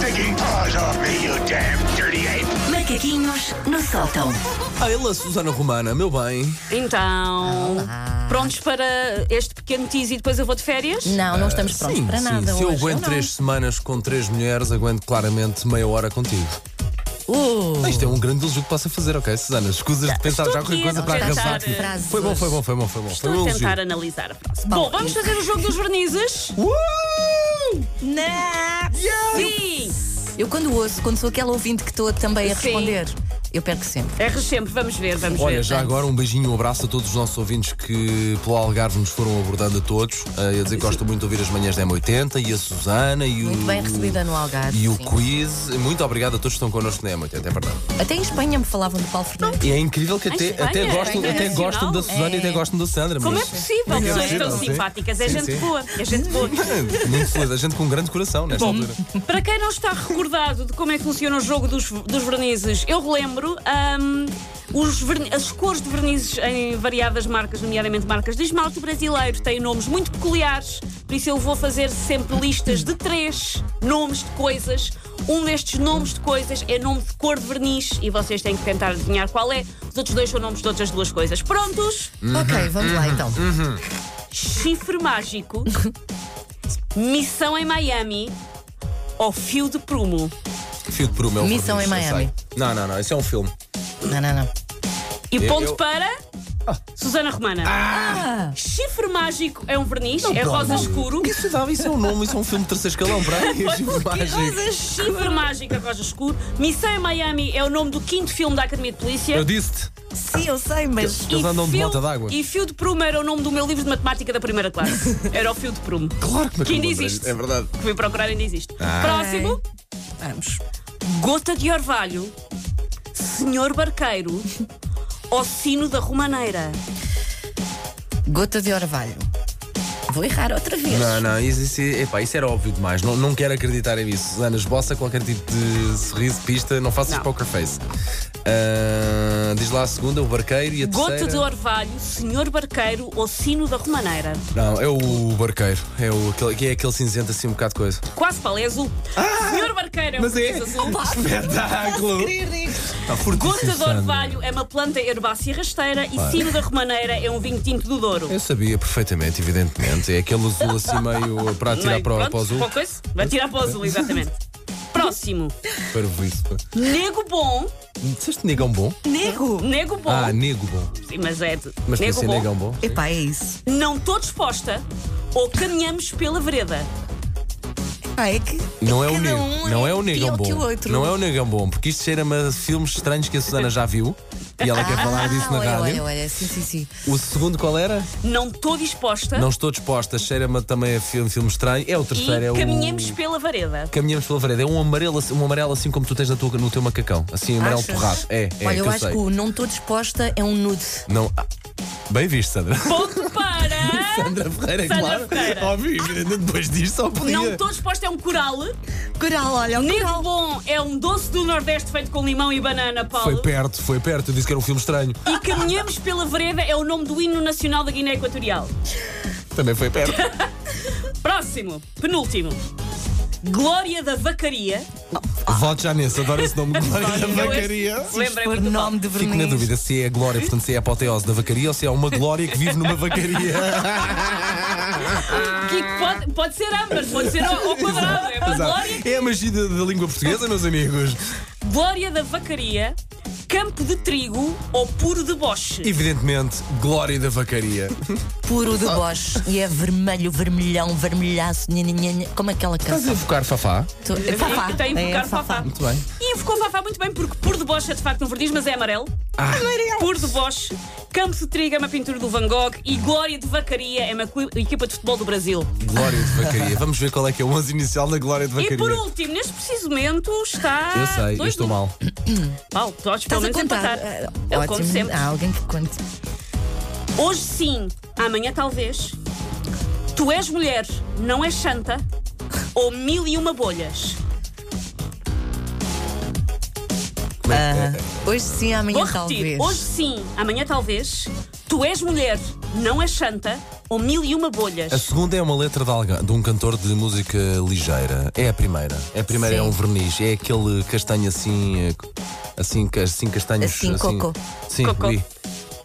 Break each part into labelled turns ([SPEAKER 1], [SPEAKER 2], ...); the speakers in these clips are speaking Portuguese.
[SPEAKER 1] taking paws off me, you damn dirty ape!
[SPEAKER 2] Macaquinhos no sótão.
[SPEAKER 3] Ela, Ah, Susana Romana, meu bem.
[SPEAKER 4] Então, prontos para este pequeno tease e depois eu vou de férias?
[SPEAKER 5] Não, não estamos prontos
[SPEAKER 3] sim,
[SPEAKER 5] para
[SPEAKER 3] sim.
[SPEAKER 5] nada.
[SPEAKER 3] Se eu
[SPEAKER 5] hoje,
[SPEAKER 3] aguento
[SPEAKER 5] não.
[SPEAKER 3] três semanas com três mulheres, aguento claramente meia hora contigo.
[SPEAKER 5] Uh,
[SPEAKER 3] Isto é um grande elogio que posso a fazer, ok, Susana? Escusas de pensar
[SPEAKER 4] estou
[SPEAKER 3] já qualquer
[SPEAKER 4] aqui
[SPEAKER 3] coisa
[SPEAKER 4] a
[SPEAKER 3] para
[SPEAKER 4] tentar,
[SPEAKER 3] arrasar.
[SPEAKER 4] eh,
[SPEAKER 5] frases
[SPEAKER 3] Foi bom,
[SPEAKER 5] hoje.
[SPEAKER 3] foi bom, foi bom, foi bom. foi
[SPEAKER 4] Estou
[SPEAKER 3] um
[SPEAKER 4] a
[SPEAKER 3] elogio.
[SPEAKER 4] tentar analisar a frase. Bom, vamos fazer o jogo dos vernizes?
[SPEAKER 3] Uh!
[SPEAKER 5] não.
[SPEAKER 4] Sim!
[SPEAKER 5] Eu quando ouço, quando sou aquela ouvinte que estou também a
[SPEAKER 4] Sim.
[SPEAKER 5] responder, eu perco sempre.
[SPEAKER 4] Erres sempre, vamos ver, vamos
[SPEAKER 3] Olha,
[SPEAKER 4] ver.
[SPEAKER 3] já agora um beijinho, um abraço a todos os nossos ouvintes que pelo Algarve nos foram abordando a todos. Ah, eu dizer que gosto muito de ouvir as manhãs da M80 e a Susana e o.
[SPEAKER 5] Muito bem recebida no Algarve.
[SPEAKER 3] E o
[SPEAKER 5] sim.
[SPEAKER 3] quiz. Muito obrigado a todos que estão connosco na M80, é verdade.
[SPEAKER 5] Até em Espanha me falavam de Paulo Fernandes.
[SPEAKER 3] E é incrível que até,
[SPEAKER 4] Espanha,
[SPEAKER 3] até,
[SPEAKER 4] é
[SPEAKER 3] gostam, até
[SPEAKER 4] internacional.
[SPEAKER 3] gostam da Susana e até
[SPEAKER 5] É.
[SPEAKER 3] gostam da Sandra.
[SPEAKER 4] Como é
[SPEAKER 3] mas-
[SPEAKER 4] possível?
[SPEAKER 3] Como é
[SPEAKER 4] Pessoas
[SPEAKER 3] possível,
[SPEAKER 4] tão
[SPEAKER 3] sim.
[SPEAKER 4] simpáticas, é
[SPEAKER 3] Sim,
[SPEAKER 4] gente
[SPEAKER 3] sim.
[SPEAKER 4] boa, é gente boa.
[SPEAKER 3] Muito feliz, a gente com um grande coração nesta altura.
[SPEAKER 4] Para quem não está recordado de como é que funciona o jogo dos, dos vernizes, eu relembro. ahm, os verni- as cores de vernizes em variadas marcas, nomeadamente marcas de esmalte brasileiro, têm nomes muito peculiares, por isso eu vou fazer sempre listas de três nomes de coisas. Um destes nomes de coisas é nome de cor de verniz e vocês têm que tentar adivinhar qual é. Os outros dois são nomes de outras duas coisas. Prontos?
[SPEAKER 3] Uhum.
[SPEAKER 5] Ok, vamos lá então.
[SPEAKER 4] Chifre mágico, missão em Miami ou fio de prumo.
[SPEAKER 3] Fio de Peru, meu
[SPEAKER 5] Missão
[SPEAKER 3] favorito,
[SPEAKER 5] em
[SPEAKER 3] eu
[SPEAKER 5] Miami.
[SPEAKER 3] sei. Não, não, não, isso é um filme.
[SPEAKER 5] Não, não, não.
[SPEAKER 4] E
[SPEAKER 3] Eu-
[SPEAKER 4] ponto
[SPEAKER 3] eu- Ah.
[SPEAKER 4] para. Susana Romana. Chifre mágico é um verniz, é rosa escuro.
[SPEAKER 3] Isso, dá, isso é um nome, isso é um filme de terceiro escalão, para aí. é mágico.
[SPEAKER 4] Chifre mágico é rosa escuro. Missão em Miami é o nome do quinto filme da Academia de Polícia.
[SPEAKER 3] Eu disse-te.
[SPEAKER 5] Sim, eu sei, mas.
[SPEAKER 3] Eles andam de
[SPEAKER 4] fio-
[SPEAKER 3] bota d'água.
[SPEAKER 4] E Fio de Prumo era o nome do meu livro de matemática da primeira classe. Era o Fio de Prumo.
[SPEAKER 3] Claro que me
[SPEAKER 4] Que ainda
[SPEAKER 3] encontrei.
[SPEAKER 4] existe.
[SPEAKER 3] É verdade.
[SPEAKER 4] Que fui procurar e ainda existe.
[SPEAKER 3] Ah.
[SPEAKER 4] Próximo. Vamos. Gota de orvalho. Senhor barqueiro. ou sino da Romaneira.
[SPEAKER 5] Gota de orvalho. Vou errar outra vez.
[SPEAKER 3] Não, não, isso, isso, epá, isso era óbvio demais. Não, não quero acreditar em isso. Susana, esboça qualquer tipo de sorriso, pista, não faças
[SPEAKER 4] Não.
[SPEAKER 3] poker face. Ah, diz lá a segunda, o barqueiro e a
[SPEAKER 4] Gota
[SPEAKER 3] terceira.
[SPEAKER 4] de orvalho, senhor barqueiro ou sino da romaneira.
[SPEAKER 3] Não, é o barqueiro. É, o, aquele, que é aquele cinzento assim um bocado coisa.
[SPEAKER 4] Quase palé azul. senhor barqueiro é um
[SPEAKER 3] Ah, mas é.
[SPEAKER 4] verniz azul.
[SPEAKER 3] Espetáculo! Está fortíssimo,
[SPEAKER 4] Gota de
[SPEAKER 3] Sandra.
[SPEAKER 4] orvalho é uma planta herbácea rasteira e sino da romaneira é um vinho tinto do Douro.
[SPEAKER 3] Eu sabia perfeitamente, evidentemente. É aquele azul assim meio para atirar
[SPEAKER 4] Meio,
[SPEAKER 3] para, o-
[SPEAKER 4] pronto,
[SPEAKER 3] para o azul.
[SPEAKER 4] pouca coisa. Vai tirar para o azul, exatamente. Próximo.
[SPEAKER 3] Para o isso.
[SPEAKER 4] Nego bom.
[SPEAKER 3] Disseste negão bom?
[SPEAKER 4] Nego? Nego bom.
[SPEAKER 3] Ah, nego bom.
[SPEAKER 4] Sim, mas é de...
[SPEAKER 3] Mas
[SPEAKER 4] Nego
[SPEAKER 3] pensei
[SPEAKER 4] bom.
[SPEAKER 3] negão bom.
[SPEAKER 5] Epá, é isso.
[SPEAKER 4] Não estou disposta ou caminhamos pela vereda.
[SPEAKER 5] Epá, é que.
[SPEAKER 3] Não é o
[SPEAKER 5] cada
[SPEAKER 3] negro,
[SPEAKER 5] um
[SPEAKER 3] não é
[SPEAKER 5] pior
[SPEAKER 3] o negão
[SPEAKER 5] que
[SPEAKER 3] bom.
[SPEAKER 5] o outro.
[SPEAKER 3] Não é o negão bom, porque isto cheira-me a filmes estranhos que a Susana já viu e ela quer falar disso na
[SPEAKER 5] Ah, olha,
[SPEAKER 3] rádio.
[SPEAKER 5] Olha, olha, sim, sim, sim.
[SPEAKER 3] O segundo qual era?
[SPEAKER 4] Não estou disposta
[SPEAKER 3] Não estou disposta, cheira-me também a filme, filme estranho. É o
[SPEAKER 4] e
[SPEAKER 3] terceiro, é o
[SPEAKER 4] caminhamos pela vereda.
[SPEAKER 3] Caminhamos pela vereda. É um amarelo, assim- um amarelo assim como tu tens na tua- no teu macacão. Assim, amarelo
[SPEAKER 5] Achas?
[SPEAKER 3] torrado. É, é,
[SPEAKER 5] Olha,
[SPEAKER 3] que
[SPEAKER 5] eu,
[SPEAKER 3] eu
[SPEAKER 5] acho
[SPEAKER 3] sei.
[SPEAKER 5] que o não estou disposta é um nude.
[SPEAKER 3] Não. ah, Bem visto, Sandra.
[SPEAKER 4] Ponto para.
[SPEAKER 3] Sandra Ferreira,
[SPEAKER 4] Sandra
[SPEAKER 3] claro.
[SPEAKER 4] Ferreira.
[SPEAKER 3] Óbvio, depois disto só podia.
[SPEAKER 4] Não estou disposta é um coral.
[SPEAKER 5] Coral, olha, um
[SPEAKER 4] Nego bom é um doce do Nordeste feito com limão e banana,
[SPEAKER 3] Foi
[SPEAKER 4] Paulo.
[SPEAKER 3] perto, foi perto. Eu disse que era um filme estranho.
[SPEAKER 4] E caminhamos pela vereda é o nome do hino nacional da Guiné Equatorial.
[SPEAKER 3] Também foi perto.
[SPEAKER 4] Próximo, penúltimo. Glória da Vacaria. é
[SPEAKER 3] Voto já nesse, adoro esse nome. Glória
[SPEAKER 5] é
[SPEAKER 3] da Vacaria.
[SPEAKER 4] Lembrem
[SPEAKER 5] Por
[SPEAKER 4] muito bem.
[SPEAKER 5] nome de
[SPEAKER 3] Fico
[SPEAKER 5] verniz.
[SPEAKER 3] na dúvida se é a glória, portanto, se é a apoteose da vacaria ou se é uma glória que vive numa vacaria.
[SPEAKER 4] Que pode, pode ser ambas, pode ser ao, ao quadrado. É uma
[SPEAKER 3] Exato.
[SPEAKER 4] glória.
[SPEAKER 3] É a magia da, da língua portuguesa, meus amigos.
[SPEAKER 4] Glória da Vacaria, campo de trigo ou puro deboche.
[SPEAKER 3] Evidentemente, glória da vacaria.
[SPEAKER 5] Puro de Bosch. E é vermelho, vermelhão, vermelhaço, nhanhanhanha. Como é aquela
[SPEAKER 3] Estás
[SPEAKER 5] canção.
[SPEAKER 3] a focar Fafá?
[SPEAKER 5] Tu- É fafá.
[SPEAKER 4] Tem-
[SPEAKER 5] É
[SPEAKER 4] Tem invocar Fafá.
[SPEAKER 3] Muito bem.
[SPEAKER 4] E invocou Fafá muito bem, porque puro deboche é de facto um verniz, mas é amarelo.
[SPEAKER 3] Ah.
[SPEAKER 4] Puro deboche, campo de trigo é uma pintura do Van Gogh e Glória de Vacaria é uma cu- equipa de futebol do Brasil.
[SPEAKER 3] Glória de vacaria. Vamos ver qual é que é o 11 inicial da glória de vacaria.
[SPEAKER 4] E por último, neste preciso momento está.
[SPEAKER 3] Eu sei, eu
[SPEAKER 4] dois
[SPEAKER 3] estou
[SPEAKER 4] mil.
[SPEAKER 3] mal.
[SPEAKER 4] Paulo, tu aos pelo
[SPEAKER 5] Estás a
[SPEAKER 4] menos
[SPEAKER 5] contar.
[SPEAKER 4] empatar.
[SPEAKER 5] Ah,
[SPEAKER 4] Eu
[SPEAKER 5] Ótimo.
[SPEAKER 4] conto sempre.
[SPEAKER 5] Há alguém que conte.
[SPEAKER 4] Hoje sim, amanhã talvez. Tu és mulher, não és santa. Ou mil e uma bolhas.
[SPEAKER 3] Como é que é?
[SPEAKER 5] Ah, Hoje sim, amanhã
[SPEAKER 4] Vou
[SPEAKER 5] talvez.
[SPEAKER 4] repetir. Hoje sim, amanhã talvez. Tu és mulher, Não é Xanta ou Mil e Uma Bolhas.
[SPEAKER 3] A segunda é uma letra de, alga- de um cantor de música ligeira. É a primeira. É a primeira
[SPEAKER 5] Sim.
[SPEAKER 3] é um verniz. É aquele castanho assim. eh, Assim, ca- assim castanhos.
[SPEAKER 5] Assim, cocô.
[SPEAKER 3] Sim,
[SPEAKER 4] Cocô.
[SPEAKER 3] oui.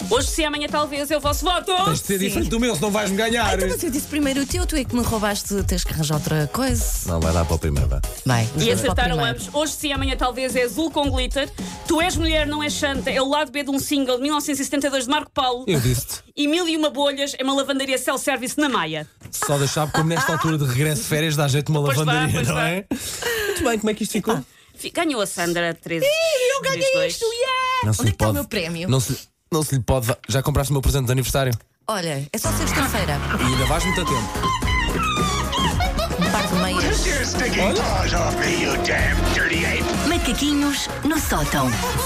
[SPEAKER 4] Hoje, se amanhã, talvez, é o vosso voto.
[SPEAKER 3] Tens de ser
[SPEAKER 5] Sim.
[SPEAKER 3] diferente do meu, senão vais-me ganhar.
[SPEAKER 5] Então, mas eu disse primeiro o teu, tu é que me roubaste, tens que arranjar outra coisa.
[SPEAKER 3] Não, vai dar para a primeira.
[SPEAKER 5] Vai,
[SPEAKER 4] E
[SPEAKER 5] vamos para o
[SPEAKER 4] acertaram
[SPEAKER 5] primeiro.
[SPEAKER 4] ambos. Hoje sim, amanhã talvez é azul com glitter. Tu és mulher, não és santa. É o lado B de um single de 1972 de Marco Paulo.
[SPEAKER 3] Eu disse-te.
[SPEAKER 4] E Mil e Uma Bolhas é uma lavandaria self-service na Maia.
[SPEAKER 3] Só deixar, como nesta altura de regresso de férias, dá jeito de uma
[SPEAKER 4] Pois dá,
[SPEAKER 3] lavandaria,
[SPEAKER 4] pois
[SPEAKER 3] não
[SPEAKER 4] dá.
[SPEAKER 3] é? Muito bem, como é que isto ficou?
[SPEAKER 4] Fi- Ganhou a Sandra 13. Eu ganhei isto,
[SPEAKER 3] Não
[SPEAKER 5] Onde é que está o meu prémio?
[SPEAKER 3] Não se, não se lhe pode. dar- Já compraste o meu presente de aniversário?
[SPEAKER 5] Olha, é só sexta-feira,
[SPEAKER 3] E ainda vais muito a tempo.
[SPEAKER 5] um par de meias.
[SPEAKER 1] Get your stinking paws off me, you damn dirty ape!
[SPEAKER 2] Macaquinhos no sótão.